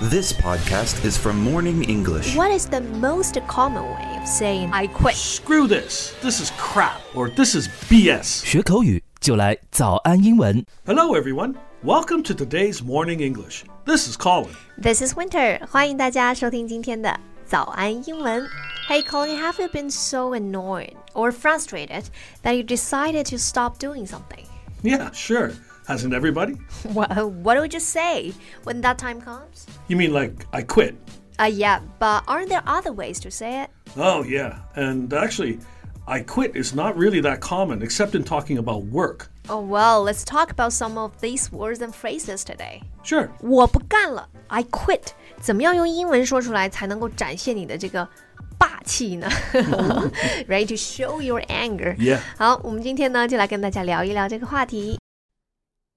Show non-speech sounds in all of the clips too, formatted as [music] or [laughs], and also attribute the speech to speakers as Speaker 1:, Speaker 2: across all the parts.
Speaker 1: This podcast is from Morning English.
Speaker 2: What is the most common way of saying I quit?
Speaker 3: Screw this. This is crap. Or this is BS.
Speaker 4: 学口语就来早安英文。
Speaker 3: Hello, everyone. Welcome to today's Morning English. This is Colin.
Speaker 2: This is Winter. 欢迎大家收听今天的早安英文。Hey Colin, have you been so annoyed or frustrated that you decided to stop doing something?
Speaker 3: Yeah, sure. Hasn't everybody?
Speaker 2: Well, [laughs] what do we just say when that time comes?
Speaker 3: You mean like, I quit?
Speaker 2: Uh, yeah, but aren't there other ways to say it?
Speaker 3: Oh, yeah. And actually, I quit is not really that common except in talking about work.
Speaker 2: Oh well, let's talk about some of these words and phrases today.
Speaker 3: Sure.
Speaker 2: 我不干了，I quit。怎么样用英文说出来才能够展现你的这个霸气呢 [laughs] ？Ready to show your anger.
Speaker 3: Yeah.
Speaker 2: 好，我们今天呢就来跟大家聊一聊这个话题。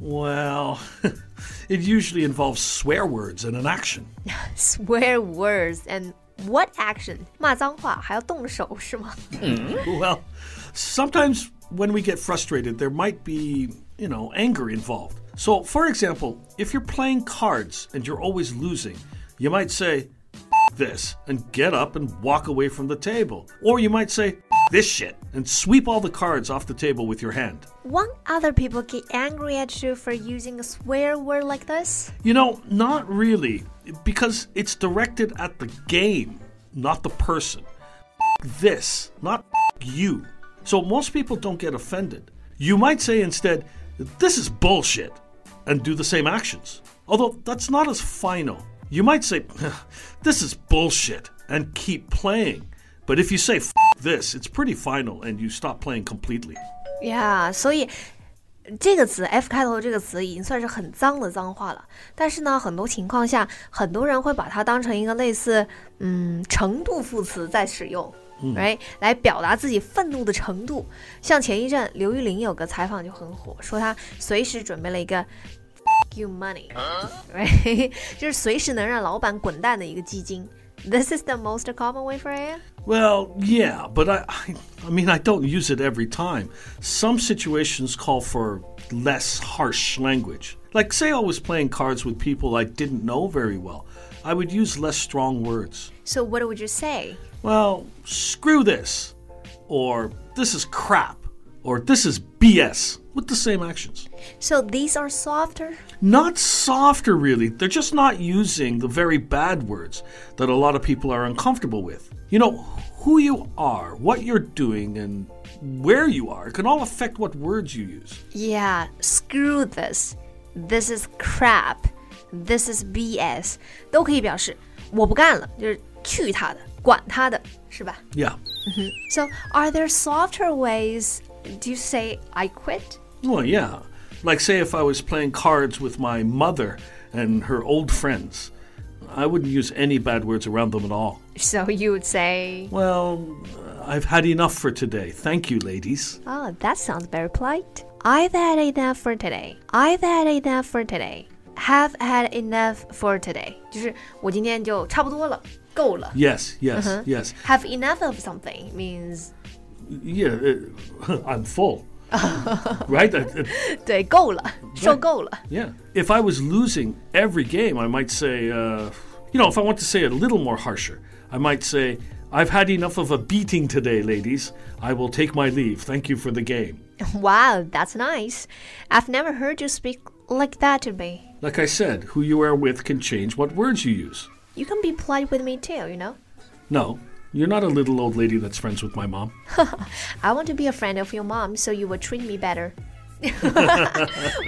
Speaker 3: Well, [laughs] it usually involves swear words and an action.
Speaker 2: Swear words and what action? 骂脏话还要动手是吗？
Speaker 3: [laughs] Well, sometimes when we get frustrated, there might be, you know, anger involved. So, for example, if you're playing cards and you're always losing, you might say, "F this, and get up and walk away from the table. Or you might say, "F this shit, and sweep all the cards off the table with your hand.
Speaker 2: Won't other people get angry at you for using a swear word like this?
Speaker 3: You know, not really, because it's directed at the game, not the person. F this, not F you. So most people don't get offended. You might say instead, this is bullshit, and do the same actions. Although that's not as final. You might say, [laughs] this is bullshit, and keep playing. But if you say F this, it's pretty final and you stop playing completely.
Speaker 2: Yeah，所以这个词 F 开头这个词已经算是很脏的脏话了。但是呢，很多情况下，很多人会把它当成一个类似嗯程度副词在使用。right 来表达自己愤怒的程度，像前一阵刘玉玲有个采访就很火，说她随时准备了一个 F you [laughs] money，right 就是随时能让老板滚蛋的一个基金。This is the most common way for it.
Speaker 3: Well, yeah, but I, I, I mean, I don't use it every time. Some situations call for less harsh language. Like, say I was playing cards with people I didn't know very well, I would use less strong words.
Speaker 2: So what would you say?
Speaker 3: Well, screw this, or this is crap, or this is BS, with the same actions.
Speaker 2: So these are softer.
Speaker 3: Not softer, really. They're just not using the very bad words that a lot of people are uncomfortable with. You know, who you are, what you're doing, and where you are can all affect what words you use.
Speaker 2: Yeah, screw this. This is crap. This is BS. 都可以表示我不干了，就是去他的，管他的，是吧
Speaker 3: Yeah.
Speaker 2: ？So are there softer ways? Do you say I quit?
Speaker 3: Well, yeah. Like, say, if I was playing cards with my mother and her old friends, I wouldn't use any bad words around them at all.
Speaker 2: So you would say,
Speaker 3: Well, uh, I've had enough for today. Thank you, ladies.
Speaker 2: Oh, that sounds very polite. I've had enough for today. I've had enough for today. Have had enough for today. 就是我今天就差不多了，够了。
Speaker 3: Yes, yes, yes.
Speaker 2: Have enough of something means
Speaker 3: Yeah, uh, [laughs] I'm full. right? Uh, uh,
Speaker 2: 对，够了，受够了。
Speaker 3: yeah. If I was losing every game, I might say, uh, you know, if I want to say it a little more harsher, I might say, I've had enough of a beating today, ladies. I will take my leave. Thank you for the game.
Speaker 2: [laughs] Wow, that's nice. I've never heard you speak like that to me.
Speaker 3: Like I said, who you are with can change what words you use.
Speaker 2: You can be polite with me too, you know? [laughs]
Speaker 3: No, you're not a little old lady that's friends with my mom.
Speaker 2: I want to be a friend of your mom so you will treat me better. [laughs]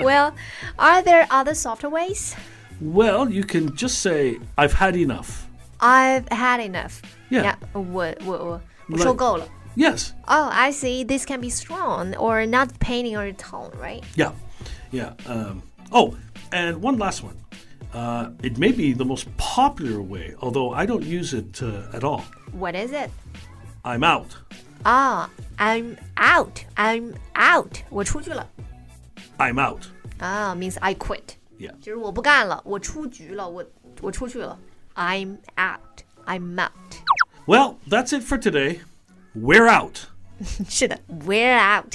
Speaker 2: well, are there other softer ways?
Speaker 3: Well, you can just say, I've had enough.
Speaker 2: I've had enough.
Speaker 3: Yeah.
Speaker 2: 我-我-我-我
Speaker 3: Like-
Speaker 2: 受够了。
Speaker 3: Yes,
Speaker 2: Oh, I see. This can be strong or not painting your tone, right?
Speaker 3: Yeah, yeah. Um, oh, and one last one. Uh, it may be the most popular way, although I don't use it uh, at all.
Speaker 2: What is it?
Speaker 3: I'm out.
Speaker 2: 啊、i m out, I'm out，我出去了
Speaker 3: I'm out.
Speaker 2: 啊、m e a n s I quit，
Speaker 3: Yeah.
Speaker 2: 就是我不干了，我出局了，我我出去了。I'm out, I'm out。 [laughs]
Speaker 3: Well, that's it for today. We're out.
Speaker 2: 是的，We're out。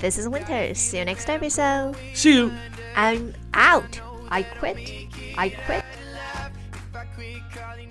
Speaker 2: This is Winter. See you next episode.
Speaker 3: See you.
Speaker 2: I'm out. I quit. I quit.
Speaker 5: If I quit calling